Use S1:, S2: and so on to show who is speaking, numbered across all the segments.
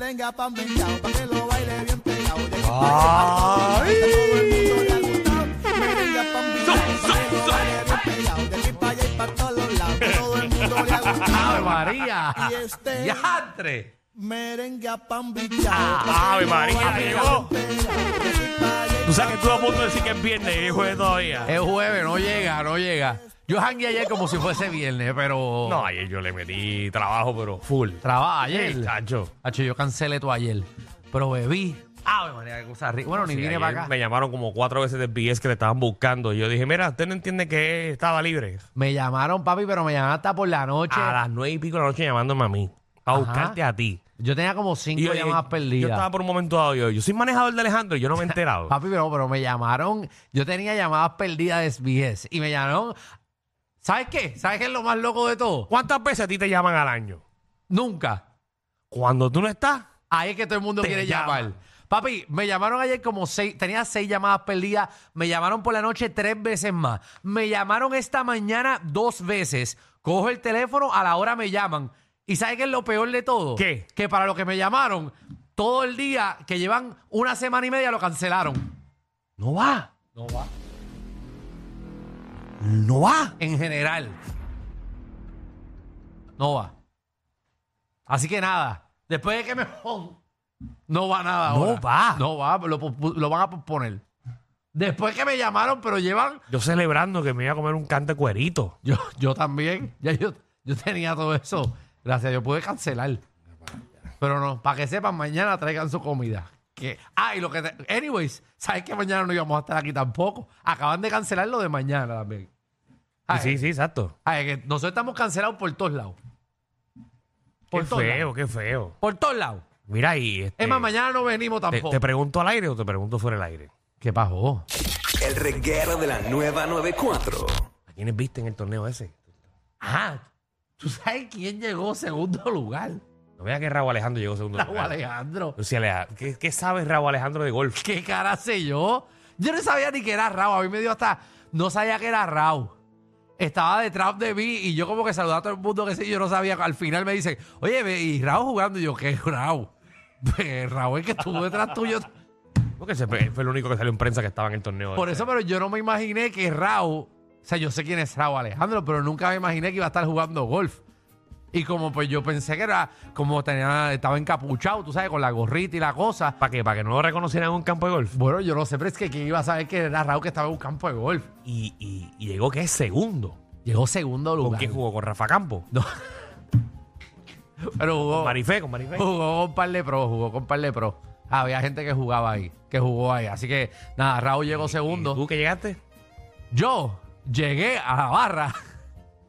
S1: venga pan vengado, pa' que lo baile bien pegado. De que
S2: Ay.
S1: pa' allá, todo el mundo le ha gustado. Que venga pan vengado, pa' que lo baile bien pegado. De aquí pa' allá y pa' todos los lados, que todo el mundo le ha
S2: ¡Ave
S1: gustado.
S2: María!
S1: Y este-
S2: ¡Yatre!
S1: Merengue a pan bichado.
S3: Ave María, llegó. Tú
S1: Tú
S3: sabes que estuve a punto de decir que es viernes y es jueves todavía.
S2: Es jueves, no llega, no llega. Yo hangué ayer como si fuese viernes, pero...
S3: No, ayer yo le metí trabajo, pero full.
S2: Trabajaba
S3: Sí,
S2: ayer.
S3: chacho.
S2: Hacho, yo cancelé todo ayer. Pero bebí. ¡Ave María, qué cosa rica! Bueno, ni
S3: Sí,
S2: vine
S3: ayer
S2: para acá.
S3: Me
S2: Me...
S3: llamaron como cuatro veces del BS que le estaban buscando. Y yo dije, mira, usted no entiende que estaba libre.
S2: llamaron, papi, pero me llamaron hasta por la noche.
S3: A las nueve y pico de la noche llamándome a mí. A
S2: Ajá.
S3: buscarte a ti.
S2: Yo tenía como cinco
S3: yo dije,
S2: llamadas
S3: Yo
S2: perdidas.
S3: estaba por un momento dado. Yo, yo soy manejador de Alejandro y yo no me he enterado.
S2: Papi, pero, pero me llamaron. Yo tenía llamadas perdidas de SBS y me llamaron. ¿Sabes qué? ¿Sabes qué es lo más loco de todo?
S3: ¿Cuántas veces a ti te llaman al año?
S2: Nunca.
S3: Cuando tú no estás.
S2: Ahí es que todo el mundo
S3: Te
S2: quiere
S3: llaman.
S2: llamar. Papi, me llamaron ayer como seis, tenía seis llamadas perdidas, me llamaron por la noche tres veces más, me llamaron esta mañana dos veces, cojo el teléfono, a la hora me llaman. ¿Y sabes qué es lo peor de todo?
S3: ¿Qué?
S2: Que para lo que me llamaron, todo el día que llevan una semana y media lo cancelaron.
S3: No va.
S2: No va.
S3: No va.
S2: en general. No va. Así que nada, después de que me jodan, no va nada.
S3: No
S2: ahora.
S3: va.
S2: No va, lo, pospu- lo van a posponer. Después que me llamaron, pero llevan.
S3: Yo celebrando que me iba a comer un cante cuerito.
S2: Yo, yo también, ya yo, yo tenía todo eso. Gracias, yo pude cancelar. Pero no, para que sepan, mañana traigan su comida. Que, ah, y lo que. te- anyways, ¿sabes que mañana no íbamos a estar aquí tampoco? Acaban de cancelar lo de mañana también. Ay,
S3: Sí, sí, exacto.
S2: Ay, Ah, que nosotros estamos cancelados por todos lados. Por
S3: Qué
S2: todos
S3: feo,
S2: lados.
S3: qué feo.
S2: Por todos lados.
S3: Mira ahí. este,
S2: Es más, mañana no venimos
S3: te,
S2: tampoco.
S3: te pregunto al aire o te pregunto fuera del aire?
S2: ¿Qué pasó?
S4: El reguero de la nueva 94.
S3: ¿A quiénes viste en el torneo ese?
S2: Ah, ¿tú sabes quién llegó segundo lugar?
S3: No veas que Raúl Alejandro llegó segundo.
S2: Raúl
S3: lugar.
S2: Alejandro.
S3: O sea, Alejandro, ¿qué, ¿Qué sabe Raúl Alejandro de golf?
S2: ¿Qué cara sé yo? Yo no sabía ni que era Raúl. A mí me dio hasta... No sabía que era Raúl. Estaba detrás de mí y yo como que saludaba a todo el mundo que sé yo no sabía. Al final me dicen, oye, ve, y Raúl jugando. Y yo, ¿qué es Raúl? Pues, Raúl es que estuvo detrás tuyo.
S3: Porque ese fue fue el único que salió en prensa que estaba en el torneo.
S2: Por
S3: ese.
S2: eso, pero yo no me imaginé que Raúl, o sea, yo sé quién es Raúl Alejandro, pero nunca me imaginé que iba a estar jugando golf. Y como pues yo pensé que era, como tenía, estaba encapuchado, tú sabes, con la gorrita y la cosa.
S3: ¿Para qué? ¿Para que no lo reconocieran en un campo de golf?
S2: Bueno, yo no sé, pero es que quién iba a saber que era Raúl que estaba en un campo de golf.
S3: Y, y- y llegó que es segundo.
S2: Llegó segundo
S3: ¿Con
S2: lugar.
S3: quién jugó? ¿Con Rafa Campo?
S2: Pero jugó,
S3: Marifé, con Marifé.
S2: jugó con par de pro, jugó con par de pro. Había gente que jugaba ahí, que jugó ahí. Así que nada, Raúl llegó segundo.
S3: ¿Y ¿Tú que llegaste?
S2: Yo llegué a la barra.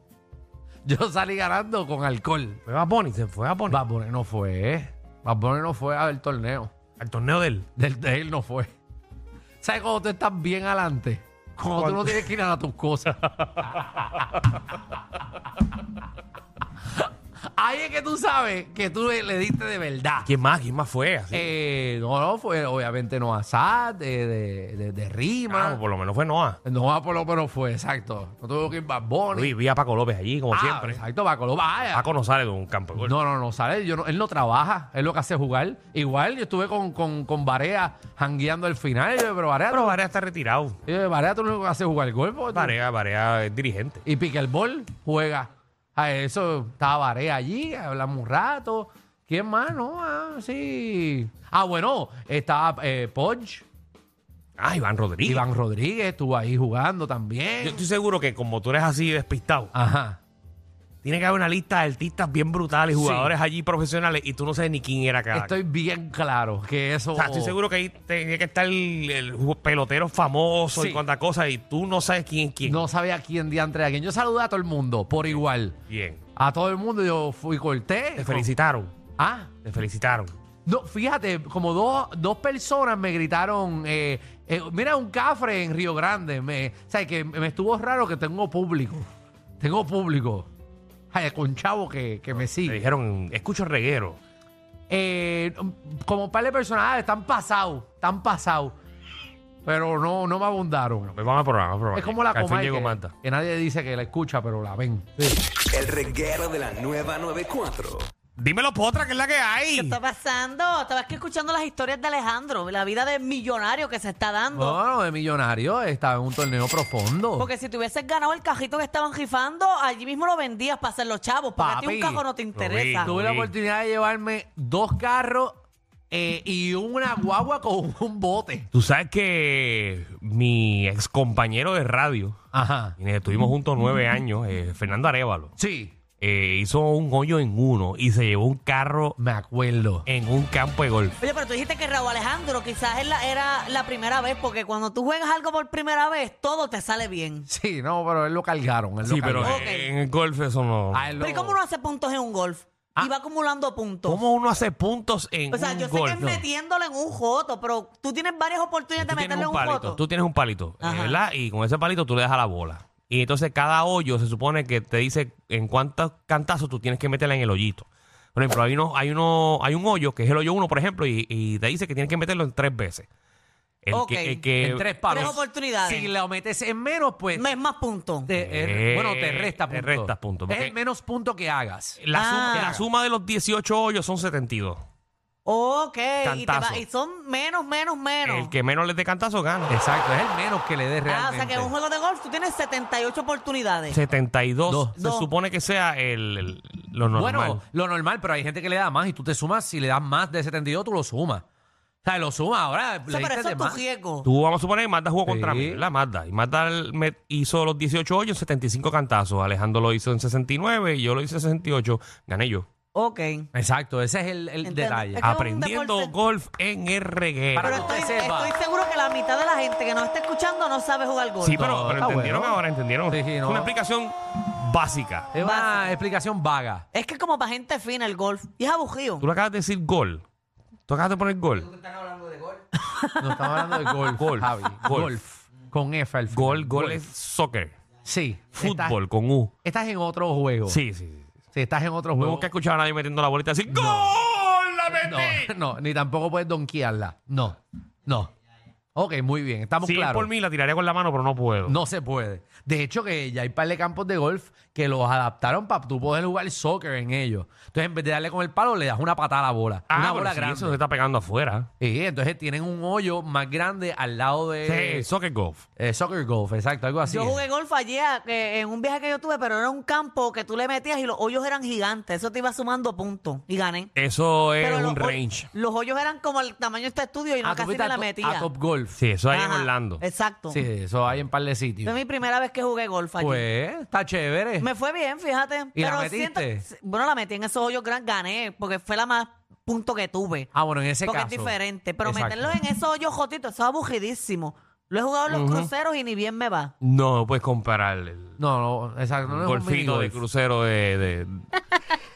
S2: Yo salí ganando con alcohol.
S3: Fue a Bonnie, se fue a Bonnie.
S2: Bad Bunny no fue. ¿eh? Bad Bunny no fue a ver el torneo.
S3: Al torneo de él.
S2: Del, de él no fue. ¿Sabes cuando tú estás bien adelante? Cuando tú no tienes que ir a tus cosas. Ahí es que tú sabes que tú le, le diste de verdad.
S3: ¿Quién más? ¿Quién más fue? Así.
S2: Eh, no, no, fue obviamente no Assad, de, de, de- de
S3: Ah,
S2: Rima.
S3: por lo menos fue Noah.
S2: no, por lo menos fue, exacto. No tuvo que ir Bad Bunny.
S3: Vi, vi a Paco López allí, como
S2: Ah,
S3: siempre.
S2: Exacto, Paco López. Ah,
S3: Paco no sale de un campo de golf.
S2: No, no, no, sale. Yo no- él no trabaja, él lo que hace es jugar. Igual yo estuve con, con, con Barea jangueando al final, yo, pero Barea,
S3: Pero Varea está retirado.
S2: tú- yo, Barea tú lo único que haces es jugar golf. ¿no?
S3: Varea, Varea es dirigente.
S2: Y pickleball juega. A eso estaba Barea allí, hablamos un rato. ¿Quién más? No, ah, sí. Ah, bueno, estaba eh, Podge,
S3: Ah, Iván Rodríguez.
S2: Iván Rodríguez estuvo ahí jugando también.
S3: Yo estoy seguro que como tú eres así despistado,
S2: Ajá.
S3: tiene que haber una lista de artistas bien brutales,
S2: Sí.
S3: jugadores allí profesionales, y tú no sabes ni quién era cada
S2: Estoy bien claro que eso.
S3: O sea, estoy seguro que ahí tenía que estar el, el ju- pelotero famoso
S2: Sí.
S3: y cuanta cosa, y tú no sabes quién es quién.
S2: No sabía quién diantre era quién. Yo saludé a todo el mundo por igual.
S3: Bien.
S2: A todo el mundo yo fui corté.
S3: Te felicitaron.
S2: Ah,
S3: Te felicitaron.
S2: no, fíjate, como dos, dos personas me gritaron, eh, eh, mira un cafre en Río Grande. Me, o sea, que me estuvo raro que tengo público. Tengo público. Ay, con chavo que, que me
S3: Te
S2: sigue.
S3: dijeron, escucho reguero.
S2: Eh, como un par de personajes, están pasados, están pasados. Pero no, no me abundaron.
S3: Pues vamos a probar, vamos a probar.
S2: Es como la
S3: Al fin
S2: comadre
S3: llegó
S2: que,
S3: Manta.
S2: que nadie dice que la escucha, pero la ven.
S4: El reguero de la nueva 94.
S3: Dímelo, Potra, que es la que
S5: ¿Qué
S3: hay.
S5: está pasando? Estaba aquí escuchando las historias de Alejandro, la vida de millonario que se está dando.
S3: Ah.
S2: Bueno, de millonario estaba en un torneo profundo.
S5: Porque si te hubieses ganado el cajito que estaban rifando, allí mismo lo vendías para hacer los chavos, porque a ti
S2: Papi,
S5: un cajo no te interesa.
S3: Rubén,
S2: Ah, Tuve la
S3: Sí.
S2: oportunidad de llevarme dos carros eh, y una guagua con un bote.
S3: Tú sabes que mi ex compañero de radio,
S2: Ajá.
S3: quienes estuvimos juntos nueve años, eh, Fernando Arevalo,
S2: Sí,
S3: eh, hizo un hoyo en uno y se llevó un carro
S2: me acuerdo.
S3: en un campo de golf.
S5: Oye, pero tú dijiste que Raúl Alejandro quizás es la- era la primera vez, porque cuando tú juegas algo por primera vez, todo te sale bien.
S2: Sí, no, pero él lo cargaron. él lo
S3: Sí, pero eh,
S2: cargaron. Oh,
S5: Ok.
S3: en el golf eso no.
S2: A él lo-
S5: Pero ¿y cómo uno hace puntos en un golf?
S2: Ah.
S5: Y va acumulando puntos.
S3: ¿Cómo uno hace puntos en
S5: O sea,
S3: un
S5: yo sé
S3: golf?
S5: que es metiéndole en un joto, pero tú tienes varias oportunidades
S3: Tú
S5: de
S3: tienes
S5: meterle
S3: un
S5: en un
S3: palito,
S5: joto.
S3: tú tienes un palito, eh,
S5: Ajá.
S3: ¿verdad? Y con ese palito tú le das a la bola. Y entonces cada hoyo se supone que te dice en cuántos cantazos tú tienes que meterla en el hoyito. Por ejemplo, hay uno, hay uno, hay un hoyo que es el hoyo uno, por ejemplo, y, y te dice que tienes que meterlo en tres veces. El
S5: Ok.
S3: que, el que-
S2: en tres palos.
S5: Tres oportunidades.
S2: Si lo metes en menos, pues.
S5: No es más puntos.
S2: te-
S3: Eh,
S2: eh, bueno, te resta
S3: te
S2: punto.
S3: resta punto,
S2: Es
S3: porque-
S2: el menos punto que hagas.
S3: la, suma,
S5: Ah.
S3: la suma de los 18 hoyos son 72.
S5: Ok, y, te va-
S3: Cantazo.
S5: y son menos, menos, menos.
S3: El que menos le dé cantazo gana.
S2: Exacto, es el menos que le des realmente.
S5: Ah, o sea que en un juego de golf tú tienes 78 oportunidades.
S3: 72
S2: Dos.
S3: se
S5: Dos.
S3: supone que sea el, el- lo normal.
S2: Bueno, lo normal, pero hay gente que le da más y tú te sumas. Si le das más de 72, tú lo sumas. O sea, lo sumas ahora.
S5: O
S2: le
S5: sea, pero
S2: diste
S5: eso
S2: de
S5: es tu
S2: más.
S5: riesgo.
S3: Tú vamos a suponer que Magda jugó contra
S2: Sí.
S3: mí, la Magda. Y Magda el- me hizo los 18 hoyos, 75 cantazos. Alejandro lo hizo en 69 y yo lo hice en 68. Gané yo.
S5: Ok.
S2: Exacto, ese es el, el
S5: Entiendo.
S2: detalle.
S5: Es que- un
S3: Aprendiendo
S5: deporte-
S3: golf en el reguero.
S2: Para
S5: Pero
S2: que usted
S5: estoy,
S2: sepa.
S5: estoy seguro que la mitad de la gente que nos está escuchando no sabe jugar golf.
S3: sí, pero,
S2: No,
S3: pero
S2: está
S3: entendieron
S2: bueno.
S3: ahora, entendieron.
S2: Sí, sí,
S3: Es
S2: no.
S3: Una explicación básica.
S2: es una
S5: básico.
S2: explicación vaga.
S5: Es que es como para gente fina el golf. Y es aburrido.
S3: Tú le acabas de decir gol. Tú acabas de poner gol.
S2: No estamos hablando de golf,
S3: Golf,
S2: Javi.
S3: golf.
S2: Golf. Con F al final.
S3: Gol, gol es soccer.
S2: Sí.
S3: Fútbol
S2: Estás,
S3: con U.
S2: estás en otro juego.
S3: Sí, sí. sí.
S2: Sí, estás en otro juego.
S3: Nunca he escuchado a nadie metiendo la bolita así. ¡Gol! ¡La metí!
S2: No, no, ni tampoco puedes donkearla. No, no. Ok, muy bien, estamos
S3: Si es
S2: claros.
S3: por mí, la tiraría con la mano, pero no puedo.
S2: No se puede. De hecho, que ya hay par de campos de golf que los adaptaron para tú poder jugar soccer en ellos. Entonces, en vez de darle con el palo, le das una patada a la bola.
S3: Ah,
S2: una
S3: pero
S2: bola
S3: sí,
S2: grande.
S3: eso se está pegando afuera.
S2: Sí, entonces tienen un hoyo más grande al lado de
S3: Sí, soccer golf.
S2: eh, soccer golf, exacto, algo así.
S5: Yo jugué golf ayer eh, en un viaje que yo tuve, pero era un campo que tú le metías y los hoyos eran gigantes. Eso te iba sumando puntos. Y gané.
S3: Eso es
S5: Pero los
S3: un
S5: hoy-
S3: range.
S5: Los hoyos eran como el tamaño de este estudio y no
S2: Ah, tú
S5: casi ni
S2: fuiste a
S5: la
S2: to-
S5: metía.
S2: A Top Golf.
S3: Sí, eso ahí en
S5: Ajá,
S3: Orlando.
S5: Exacto.
S2: Sí, eso hay en par de
S5: Fue
S2: sitios.
S5: mi primera vez que jugué golf allí.
S2: Pues, está chévere.
S5: Me fue bien, fíjate.
S2: ¿Y la
S5: pero
S2: metiste?
S5: siento- bueno, la metí en esos hoyos gran, gané, porque fue la más punto que tuve.
S2: Ah, bueno, en ese
S5: porque
S2: caso.
S5: es diferente. Pero
S2: Exacto.
S5: meterlos en esos hoyos jotitos, eso es aburridísimo. Lo he jugado en los cruceros y ni bien me va.
S3: No, no puedes comparar el
S2: No, no, exacto. No es un
S3: golfito de
S2: minigolf.
S3: crucero de, de,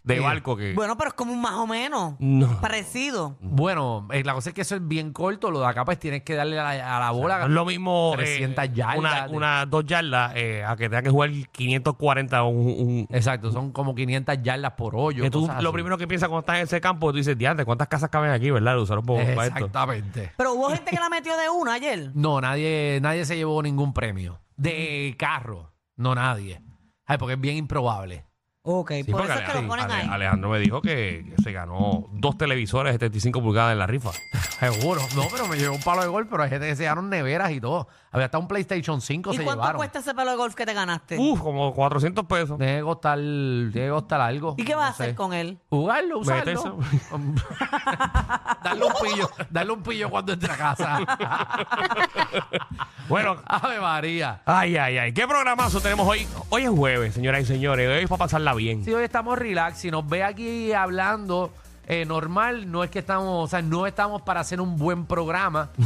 S3: de
S2: Sí.
S3: barco que...
S5: Bueno, pero es como un más o menos.
S3: No.
S5: Parecido.
S2: Bueno, eh, la cosa es que eso es bien corto. Lo de acá, pues tienes que darle a la, a la bola.
S3: No es lo mismo eh,
S2: 300 yardas
S3: una,
S2: de-
S3: una- dos yardas eh, a que tenga que jugar 540 o un... un-
S2: Exacto, son como 500 yardas por hoyo.
S3: que tú
S2: cosas
S3: lo
S2: así.
S3: primero que piensas cuando estás en ese campo, tú dices, diante, ¿cuántas casas caben aquí, verdad? Lo usaron por- para esto.
S2: Exactamente.
S5: Pero hubo gente que la metió de una ayer.
S2: No, nadie, nadie se llevó ningún premio. De carro. No, nadie. Ay, porque es bien improbable.
S5: Ok,
S3: Sí,
S5: por
S3: porque
S5: eso es que
S3: Ale-
S5: lo ponen
S3: Ale-
S5: ahí.
S3: Alejandro me dijo que se ganó dos televisores de 75 pulgadas en la rifa.
S2: Seguro. No, pero me llevó un palo de gol, pero hay gente que se llevaron neveras y todo. Había hasta un PlayStation 5
S5: ¿Y
S2: se
S5: cuánto
S2: llevaron. Uh,
S5: cuesta ese palo de golf que te ganaste?
S3: Uf, como 400 pesos.
S2: Debe costar, debe costar algo.
S5: ¿Y qué vas a
S2: No sé.
S5: hacer con él?
S2: Jugarlo, usarlo.
S3: Meterse.
S2: darle un pillo, darle un pillo cuando entre a casa.
S3: Bueno,
S2: Ave María.
S3: Ay, ay, ay. ¿Qué programazo tenemos hoy? Hoy es jueves, señoras y señores. Hoy es para pasarla bien.
S2: Si hoy estamos relax, si nos ve aquí hablando eh, normal, no es que estamos, o sea, no estamos para hacer un buen programa.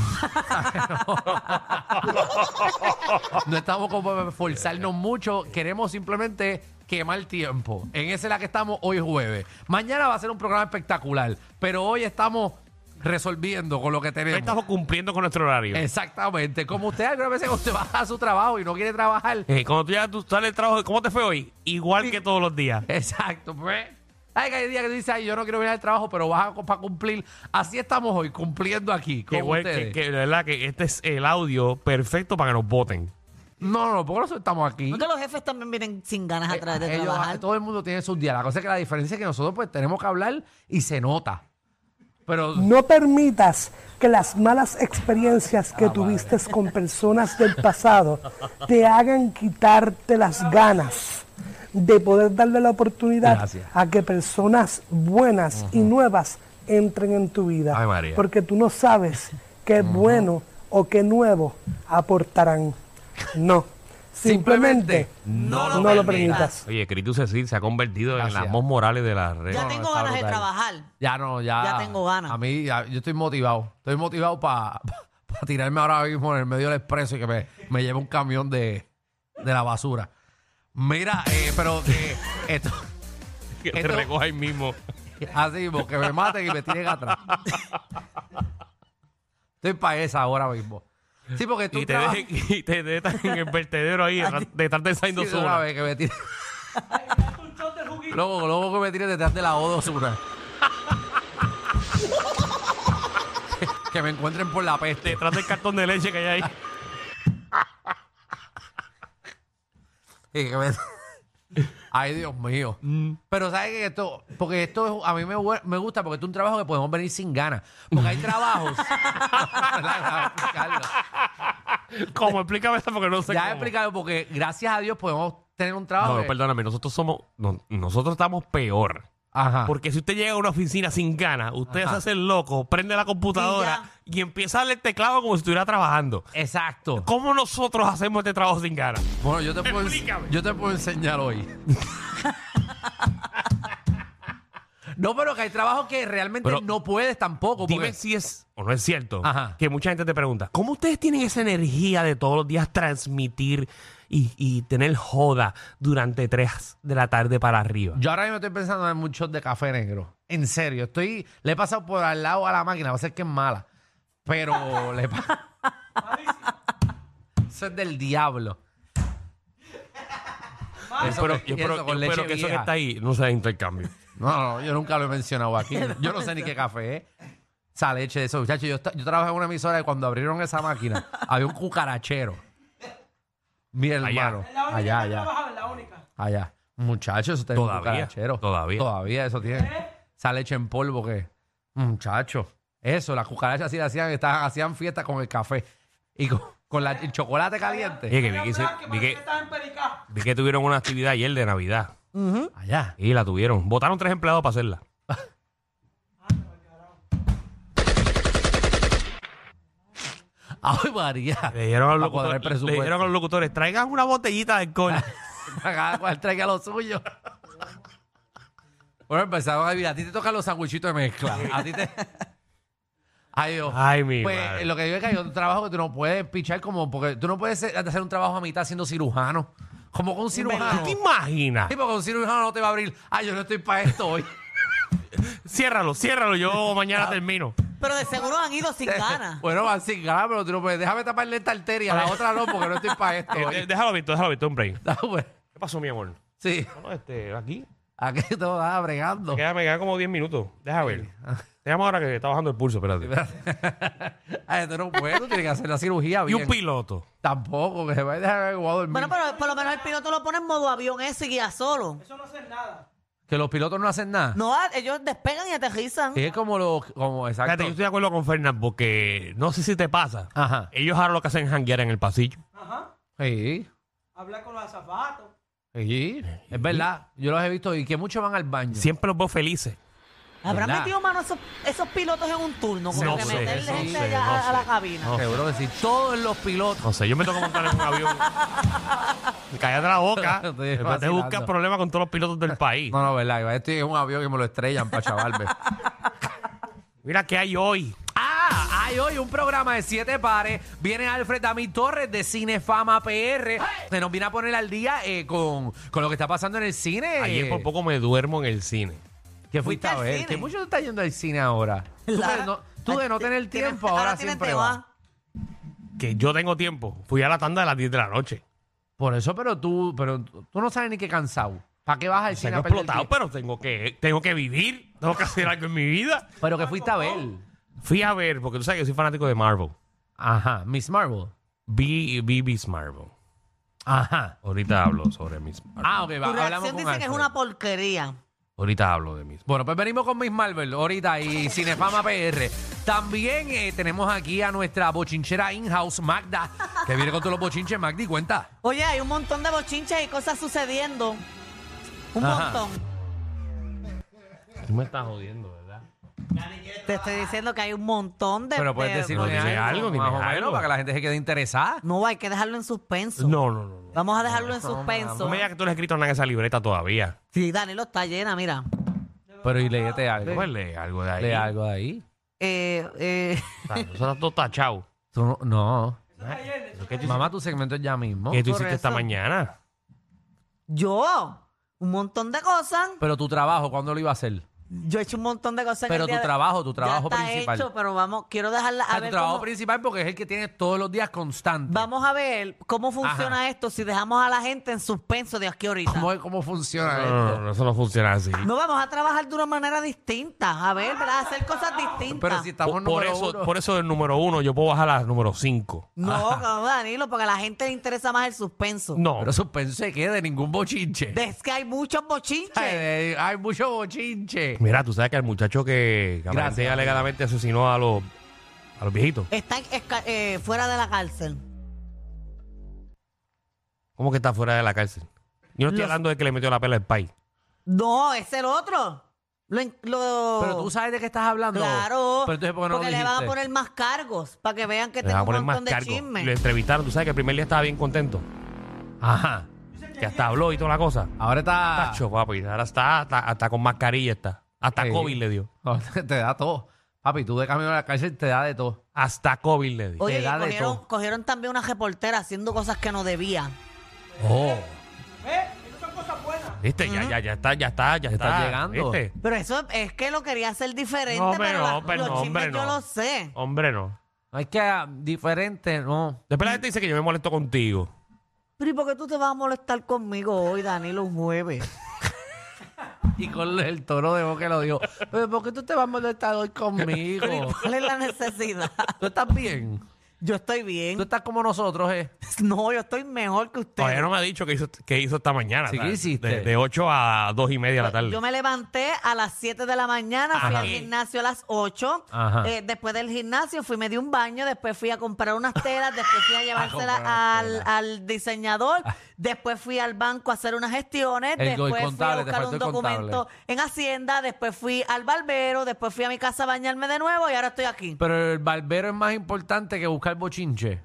S2: no estamos como para esforzarnos mucho, queremos simplemente quemar tiempo. En esa es la que estamos hoy jueves. Mañana va a ser un programa espectacular, pero hoy estamos resolviendo con lo que
S3: Hoy
S2: tenemos.
S3: estamos cumpliendo con nuestro horario.
S2: Exactamente, como usted alguna vez cuando se va a su trabajo y no quiere trabajar,
S3: Eh, cuando tú ya tú sales del trabajo, ¿cómo te fue hoy? Igual que todos los días.
S2: Exacto, pues. Ay, que hay días que tú dices, ay, yo no quiero venir al trabajo, pero vas a, para cumplir. Así estamos hoy, cumpliendo aquí con
S3: Qué bueno,
S2: ustedes.
S3: que, que de verdad que este es el audio perfecto para que nos voten.
S2: No, no, por eso estamos aquí.
S5: Porque los jefes también vienen sin ganas
S2: Eh,
S5: atrás de
S2: ellos-
S5: trabajar.
S2: todo el mundo tiene sus días. La cosa es que la diferencia es que nosotros pues tenemos que hablar y se nota. Pero
S6: No permitas que las malas experiencias que tuviste con personas del pasado te hagan quitarte las ganas de poder darle la oportunidad
S2: Gracias.
S6: a que personas buenas y nuevas entren en tu vida.
S3: Ay, María.
S6: Porque tú no sabes qué bueno o qué nuevo aportarán. No. Simplemente,
S2: Simplemente
S6: no,
S2: lo
S6: lo
S2: permitas.
S6: permitas.
S3: Oye, Cristo Cecil se ha convertido en
S2: Gracias.
S3: la Mos Morales de la red.
S5: Ya tengo
S2: está
S5: ganas de
S2: brutal.
S5: trabajar.
S2: ya no, ya.
S5: Ya tengo ganas.
S2: A mí, ya- yo estoy motivado. Estoy motivado para tirarme ahora mismo en el medio del expreso y que me, me lleve un camión de, de la basura. Mira, eh, pero que esto.
S3: Que te
S2: Esto-
S3: recoja ahí mismo.
S2: Así mismo, que me maten y me tiren atrás. Estoy para esa ahora mismo. Sí, porque tú
S3: Y te,
S2: trabajas-
S3: dejen, y te dejan en el vertedero ahí detrás- detrás de esa
S2: Sí, de una
S3: Indosura.
S2: vez que me tire. Luego, luego que me tire detrás de la O de Ozuna. que me encuentren por la peste.
S3: detrás del cartón de leche que hay ahí.
S2: Y que me- Ay, Dios mío.
S3: Mm.
S2: Pero sabes que esto, porque esto es- a mí me, hue- me gusta porque esto es un trabajo que podemos venir sin ganas. Porque hay trabajos. Carlos,
S3: ¿Cómo? Explícame eso porque no sé
S2: ya he
S3: cómo.
S2: explicado porque gracias a Dios podemos tener un trabajo.
S3: No,
S2: que-
S3: perdóname, nosotros somos, no, nosotros estamos peor.
S2: Ajá.
S3: Porque si usted llega a una oficina sin ganas, usted se hace el loco, prende la computadora y empieza a darle el teclado como si estuviera trabajando.
S2: Exacto.
S3: ¿Cómo nosotros hacemos este trabajo sin ganas?
S2: Bueno, yo te, puedo, ens-
S3: Explícame.
S2: yo te puedo enseñar hoy. no, pero que hay trabajos que realmente
S3: Pero
S2: no puedes tampoco.
S3: Dime
S2: porque-
S3: si es o no es cierto
S2: Ajá.
S3: que mucha gente te pregunta, ¿cómo ustedes tienen esa energía de todos los días transmitir y, y tener joda durante 3 de la tarde para arriba?
S2: Yo ahora mismo estoy pensando en muchos de café negro. En serio, estoy. Le he pasado por al lado a la máquina, va a ser que es mala. Pero le pa- Eso es del diablo.
S3: Yo espero-
S2: con-
S3: yo espero-
S2: eso con
S3: yo espero
S2: leche
S3: que eso que
S2: vieja.
S3: está ahí no sea intercambio.
S2: No, no, yo nunca lo he mencionado aquí. Yo no sé ni qué café es. Esa leche de esos muchachos. Yo, esta- yo trabajé en una emisora y cuando abrieron esa máquina había un cucarachero. Mi hermano. Allá, allá. Allá. Muchachos, eso tiene
S3: Todavía,
S2: un cucarachero.
S3: todavía. ¿Eh?
S2: Todavía eso tiene. Esa leche en polvo que... Muchachos. Eso, las cucarachas así hacían, estaban, hacían fiestas con el café y con, con la- el chocolate caliente.
S3: Oye, que vi que, hice- vi que- vi que tuvieron una actividad ayer de Navidad.
S2: Allá.
S3: Y la tuvieron. Votaron tres empleados para hacerla.
S2: Ay, María.
S3: Le dijeron a
S2: Para
S3: los,
S2: cuadrar el
S3: locutores, le
S2: presupuesto.
S3: dijeron a los locutores, traigan una botellita de alcohol.
S2: Para cada cual traiga lo suyo. Bueno, empezaron a vivir. A ti te tocan los sandwichitos de mezcla. A ti te. Ay, Dios.
S3: Ay, mi
S2: Pues
S3: madre.
S2: lo que digo es que hay otro trabajo que tú no puedes pichar como. Porque tú no puedes ser- hacer un trabajo a mitad siendo cirujano. Como con un cirujano.
S3: ¿Tú te imaginas?
S2: Sí, porque un cirujano no te va a abrir. Ay, yo no estoy para esto hoy.
S3: Ciérralo, ciérralo. Yo mañana termino.
S5: Pero de seguro han ido sin ganas.
S2: Bueno, van sin ganas, pero tú no puedes. Déjame taparle esta arteria. La otra no, porque no estoy para esto
S3: Eh,
S2: hoy.
S3: de- déjalo visto, déjalo visto, hombre.
S2: No, pues,
S3: ¿Qué pasó, mi amor?
S2: sí.
S3: No, este, aquí.
S2: Aquí te vas bregando.
S3: Queda, me quedan como 10 minutos. Deja ver. Te llamo ahora que está bajando el pulso, espérate.
S2: Ay, tú no puedes. Tú tienes que hacer la cirugía
S3: Y
S2: bien.
S3: un piloto.
S2: Tampoco, que se vaya a dejar el a dormir.
S5: Bueno, pero por lo menos el piloto lo pone en modo avión ese y guía solo.
S2: que los pilotos no hacen nada.
S5: No, ah, ellos despegan y aterrizan.
S3: Eh,
S2: Sí, es como los. Como, exacto.
S3: Fíjate, yo estoy de acuerdo con Fernan porque no sé si te pasa.
S2: Ajá.
S3: Ellos ahora lo que hacen es janguear en el pasillo.
S2: Sí. Hablar con los azafatos. Sí. Es verdad. Yo los he visto y que muchos van al baño.
S3: Siempre los veo felices.
S5: ¿Habrán
S2: ¿verdad?
S5: metido mano esos, esos pilotos en un turno? Como
S3: No
S5: que
S3: sé,
S5: meterle
S3: no
S5: gente
S3: sé,
S5: allá
S3: no
S5: a- a,
S3: sé.
S5: la cabina.
S3: No.
S2: Seguro que sí. Todos los pilotos.
S3: No sé, yo me toco montar en un avión. Cállate la boca.
S2: Estoy
S3: Después te
S2: vacilando.
S3: buscas problemas con todos los pilotos del país.
S2: No, no, verdad. Iván. Estoy en un avión que me lo estrellan para chavarme.
S3: Mira qué hay hoy.
S2: Ah, hay hoy un programa de siete pares. Viene Alfred Dami Torres de Cinefama PR. Se nos viene a poner al día eh, con, con lo que está pasando en el cine.
S3: Ayer por
S2: Eh,
S3: poco me duermo en el cine.
S2: ¿Qué fuiste
S5: Fuiste
S2: a
S5: al
S2: ver?
S5: cine.
S2: Que mucho tú estás yendo al cine ahora. Tú,
S5: La-
S2: de no, tú de no tener
S5: Tienes-
S2: tiempo ahora,
S5: tienes
S2: siempre
S5: tema.
S2: vas.
S3: Que yo tengo tiempo. Fui a la tanda de las 10 de la noche.
S2: Por eso, pero tú, pero tú no sabes ni qué cansado. ¿Para qué vas al cine
S3: Tengo
S2: a perder
S3: explotado,
S2: tiempo?
S3: pero tengo que, tengo que vivir. Tengo que hacer algo en mi vida.
S2: Pero que fuiste a ver.
S3: Fui a ver, porque tú sabes que yo soy fanático de Marvel.
S2: Ajá, Miss Marvel.
S3: Vi vi Miss Marvel.
S2: Ajá.
S3: Ahorita hablo sobre mis.
S2: Ah, ok, va,
S5: Tu
S2: hablamos
S5: reacción
S2: con
S5: dice que es
S2: Alfred.
S5: una porquería.
S3: Ahorita hablo de mis.
S2: Bueno, pues venimos con Miss Marvel ahorita y Cinefama PR. También eh, tenemos aquí a nuestra bochinchera in-house, Magda, que viene con todos los bochinches. Magdi, cuenta.
S5: Oye, hay un montón de bochinches y cosas sucediendo. Un
S2: Ajá.
S5: montón.
S3: Tú me estás jodiendo, ¿eh? ¿verdad?
S5: Te estoy diciendo que hay un montón de.
S2: Pero puedes
S5: de-
S2: decirnos
S3: Pero dime algo, dime algo.
S2: para que la gente se quede interesada.
S5: No, hay que dejarlo en suspenso.
S3: No, no, no. No,
S5: Vamos a dejarlo en suspenso.
S3: no me digas que tú no has escrito nada en esa libreta todavía.
S5: Sí, Danilo está llena, mira.
S2: Pero y léete algo.
S3: Pues lee algo de ahí.
S2: Lee algo de ahí.
S5: Eh, eh,
S3: Está- Eso está todo tachado.
S2: Tú no. no.
S3: ¿Qué tú,
S2: Mamá, tu segmento es ya mismo.
S3: qué tú hiciste esta
S5: eso.
S3: mañana?
S5: yo, un montón de cosas.
S2: Pero tu trabajo, ¿cuándo lo iba a hacer?
S5: Yo he hecho un montón de cosas. en
S2: Pero tu
S5: el día de-
S2: trabajo, tu
S5: Ya
S2: trabajo
S5: está
S2: principal.
S5: hecho, pero vamos, quiero dejarla.
S2: O sea,
S5: A
S2: Ah, tu
S5: ver
S2: trabajo
S5: cómo-
S2: principal porque es el que tienes todos los días constante.
S5: vamos a ver cómo funciona esto si dejamos a la gente en suspenso de aquí ahorita.
S2: ¿Cómo, cómo funciona
S5: Ah,
S3: No,
S2: esto?
S3: no, no, eso no funciona así.
S5: No vamos a trabajar de una manera distinta. A ver, ¿verdad? Hacer cosas distintas.
S2: Pero si estamos
S3: Por, por
S2: número
S3: eso,
S2: uno.
S3: por eso del número uno yo puedo bajar al número cinco.
S5: No, no, Danilo, porque a la gente le interesa más el suspenso.
S3: No.
S2: Pero suspenso se quede de ningún bochinche.
S5: De- Es que hay muchos
S2: Ay,
S5: bochinches.
S2: de- hay mucho bochinche.
S3: Mira, tú sabes que el muchacho que que
S2: Gracias,
S3: aparentemente y alegadamente asesinó a los, a los viejitos.
S5: Están esca- eh, fuera de la cárcel.
S3: ¿Cómo que está fuera de la cárcel? Yo no estoy hablando de que le metió la pela al país.
S5: No, es el otro. Lo, en- lo-
S2: Pero tú sabes de qué estás hablando.
S5: Claro.
S2: Pero entonces, ¿por qué no lo
S5: porque le van a
S2: dijiste?
S5: poner más cargos para que vean
S3: Le
S5: que
S3: van
S5: tengo
S3: a poner
S5: un
S3: más
S5: montón de
S3: cargo.
S5: chismes.
S3: Lo entrevistaron, tú sabes que el primer día estaba bien contento.
S2: Ajá.
S3: Que hasta habló y toda la cosa.
S2: Ahora
S5: Ah.
S2: está.
S3: Tacho, papi. Ahora está hasta, hasta con mascarilla está. Hasta
S2: Sí.
S3: COVID le dio.
S2: No, te, te da todo. Papi, tú de camino a la cárcel te da de todo.
S3: Hasta COVID le dio.
S5: Oye,
S2: Te
S5: y
S2: da de
S5: cogieron,
S2: todo.
S5: cogieron también una reportera haciendo cosas que no debía.
S2: Oh.
S5: Eh,
S3: ¿Viste? Ya, ya, ya está, ya está, ya
S2: Está
S3: está.
S2: llegando.
S3: ¿Viste?
S5: Pero eso es que lo quería hacer diferente,
S3: No, hombre,
S5: pero
S3: no,
S5: la-
S3: hombre,
S5: los
S3: no,
S5: chismes
S3: hombre,
S5: yo
S3: no.
S5: lo sé.
S3: Hombre, no.
S2: Es que ah, diferente, no.
S3: Después la gente dice que yo me molesto contigo.
S5: Pero ¿y por qué tú te vas a molestar conmigo hoy, Danilo, un jueves?
S2: Y con el toro de voz que lo dijo. Pero ¿por qué tú te vas a molestar hoy conmigo?
S5: ¿Cuál es la necesidad?
S2: ¿Tú estás bien?
S5: Yo estoy
S2: ¿Tú
S5: bien.
S2: estás como nosotros, eh?
S5: No, yo estoy mejor que usted.
S3: Todavía no me ha dicho que hizo, que hizo esta mañana.
S2: Sí, ¿qué
S3: ¿sabes?
S2: hiciste?
S3: De, de 8 a 2 y media de la tarde.
S5: Pues, Yo me levanté a las 7 de la mañana, fui
S3: Ajá.
S5: al gimnasio a las 8.
S2: Ajá.
S5: Eh, después del gimnasio fui, me di un baño, después fui a comprar unas telas, después fui a llevárselas
S2: comprar
S5: al,
S2: unas Ah.
S5: al diseñador, después fui al banco a hacer unas gestiones,
S2: El go- el
S5: después fui a
S2: contable, te
S5: buscar
S2: faltó
S5: un
S2: el contable.
S5: documento en Hacienda, después fui al barbero, después fui a mi casa a bañarme de nuevo y ahora estoy aquí.
S2: Pero el barbero es más importante que buscar bochinche.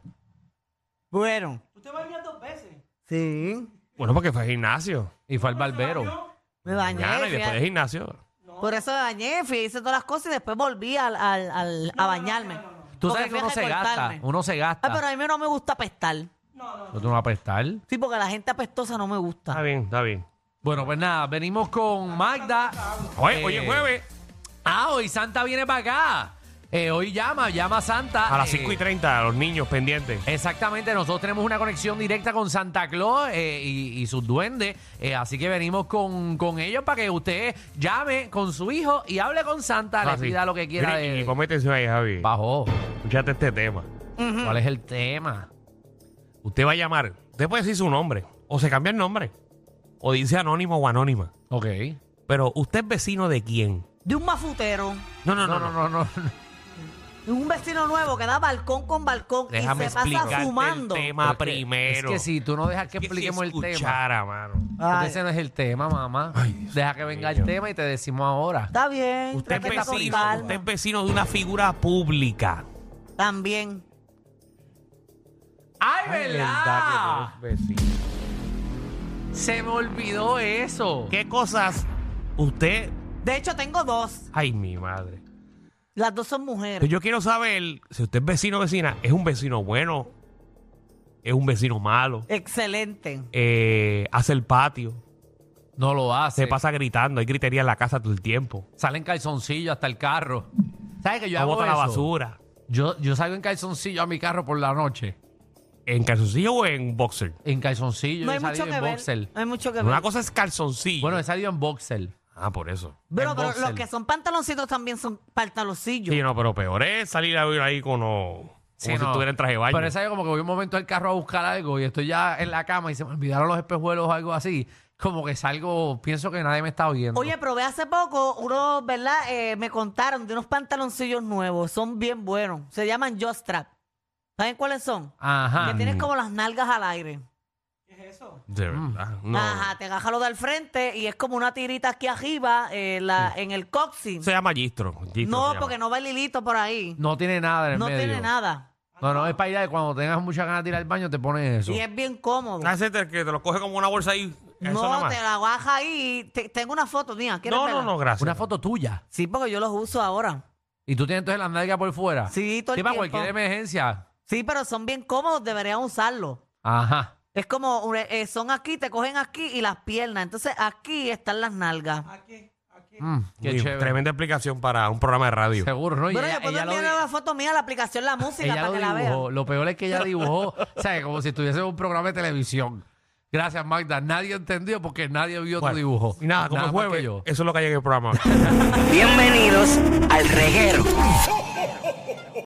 S5: Bueno. ¿Usted bañas dos veces? Sí.
S3: Bueno, porque fue al gimnasio.
S2: Y fue al barbero.
S5: Me bañé.
S3: Mañana y
S5: fui a-
S3: después del gimnasio.
S5: Por eso me bañé, fui, hice todas las cosas y después volví al, al- al- a bañarme.
S2: Tú
S5: Porque
S2: sabes que
S5: fui a
S2: uno se
S5: recortarme.
S2: gasta. Uno se
S5: Ah,
S2: gasta.
S5: pero a mí no me gusta apestar.
S2: ¿No te vas a apestar?
S5: Sí, porque la gente apestosa no me
S3: Está
S5: gusta.
S3: bien, está bien.
S2: Bueno, pues nada, venimos con Magda.
S3: Oye,
S2: Eh,
S3: hoy es jueves.
S2: Ah, hoy Santa viene para acá. Eh, hoy llama, llama a Santa.
S3: A las
S2: Eh,
S3: 5 y 30, a los niños pendientes.
S2: Exactamente, nosotros tenemos una conexión directa con Santa Claus eh, y, y sus duendes, eh, así que venimos con, con ellos para que usted llame con su hijo y hable con Santa,
S3: Ah,
S2: le
S3: sí.
S2: pida lo que quiera
S3: Mira, Y, y
S2: de...
S3: cométense ahí, Javi.
S2: Bajo,
S3: Escuchate este tema.
S2: ¿cuál es el tema?
S3: Usted va a llamar. Usted puede decir su nombre. O se cambia el nombre. O dice anónimo o anónima.
S2: Ok.
S3: Pero usted es vecino de quién?
S5: De un mafutero,
S3: No, no, no,
S2: No,
S3: no.
S2: no, no, no.
S5: de un vecino nuevo que da balcón con balcón
S3: Déjame
S5: y se pasa
S3: explicarte
S5: fumando.
S3: el tema
S2: Porque
S3: primero.
S2: Es que si tú no dejas que
S3: Que si
S2: expliquemos el tema,
S3: escuchara, mano.
S2: porque
S5: Ay,
S2: ese no es el tema, mamá. Deja que venga el
S3: mío.
S2: tema y te decimos ahora.
S5: está bien,
S3: Usted es,
S5: trátela con
S3: vecino,
S5: calma.
S3: usted es vecino de una figura pública.
S5: También.
S2: ¡Ay,
S3: ¿Verdad
S2: verdad!
S3: que tú eres vecino?
S2: Se me olvidó eso.
S3: ¿Qué cosas usted...
S5: De hecho, tengo dos.
S3: Ay, mi madre.
S5: Las dos son
S3: Pero
S5: mujeres.
S3: Pues yo quiero saber si usted es vecino o vecina, ¿es un vecino bueno? ¿Es un vecino malo?
S5: Excelente.
S3: Eh, ¿Hace el patio?
S2: No lo hace.
S3: ¿Se pasa gritando? ¿Hay gritería en la casa todo el tiempo?
S2: Sale en calzoncillo hasta el carro. ¿Sabes que yo
S3: ¿No
S2: hago
S3: bota la
S2: eso?
S3: basura?
S2: Yo, yo salgo en calzoncillo a mi carro por la noche.
S3: ¿En calzoncillo o en boxer?
S2: En calzoncillo.
S5: No
S2: yo
S5: hay
S2: he salido
S5: mucho
S2: en
S5: que ver. Ah.
S2: boxer.
S5: No hay mucho que ver.
S3: Una cosa es calzoncillo.
S2: Bueno, he salido en boxer.
S3: ah, por eso.
S5: Pero,
S2: en
S5: pero los
S2: boxer.
S5: que son pantaloncitos también son pantaloncillos.
S3: Sí, no, pero peor es salir a vivir ahí con... oh, Como si estuviera en traje de baño.
S2: Pero esa es como que voy un momento al carro a buscar algo y estoy ya en la cama y se me olvidaron los espejuelos o algo así. Como que salgo, pienso que nadie me está viendo.
S5: Oye, probé hace poco unos, ¿verdad? Eh, me contaron de unos pantaloncillos nuevos. Son bien buenos. Se llaman Jostrap. ¿Saben cuáles son?
S2: Ajá.
S5: Que tienes como las nalgas al aire.
S3: De verdad. No.
S5: Ajá, te agajas lo del frente y es como una tirita aquí arriba eh, la- en el coxis.
S3: Se llama Gistro. Gistro se
S5: No,
S3: llama.
S5: porque no va el hilito por ahí.
S2: No tiene nada en el
S5: No
S2: medio.
S5: tiene nada.
S2: No, no, es para allá y cuando tengas muchas ganas de ir al baño te pones eso.
S5: Y es bien cómodo.
S3: Ah, ese te- que te lo coge como una bolsa ahí. Eso nada
S5: No,
S3: más.
S5: te la baja ahí. Te- tengo una foto, mía. ¿Quieres
S3: no, no,
S5: verla?
S3: no, gracias.
S2: Una foto tuya.
S5: Sí, porque yo los uso ahora.
S2: Y tú tienes entonces la nalga por fuera.
S5: Sí, todo el
S2: para
S5: tiempo.
S2: cualquier emergencia.
S5: Sí, pero son bien cómodos, deberían usarlo.
S2: Ajá.
S5: Es como, un- eh, son aquí, te cogen aquí y las piernas. Entonces aquí están las nalgas.
S2: Mm, qué
S3: Digo,
S2: chévere.
S3: Tremenda explicación para un programa de radio.
S2: Seguro, ¿no? Y
S5: Bueno,
S2: ella-
S5: yo puedo
S2: ella lo
S5: enviar
S2: di-
S5: la foto mía a la aplicación La Música
S2: ella
S5: para
S2: lo
S5: que la vean.
S2: dibujó. Lo peor es que ella dibujó, o sea, como si estuviese en un programa de televisión. Gracias, Magda. Nadie entendió porque nadie vio
S3: Bueno,
S2: tu dibujo.
S3: Y nada, como
S2: más
S3: jueves,
S2: que yo.
S3: eso es lo que hay en el programa.
S7: Bienvenidos al reguero.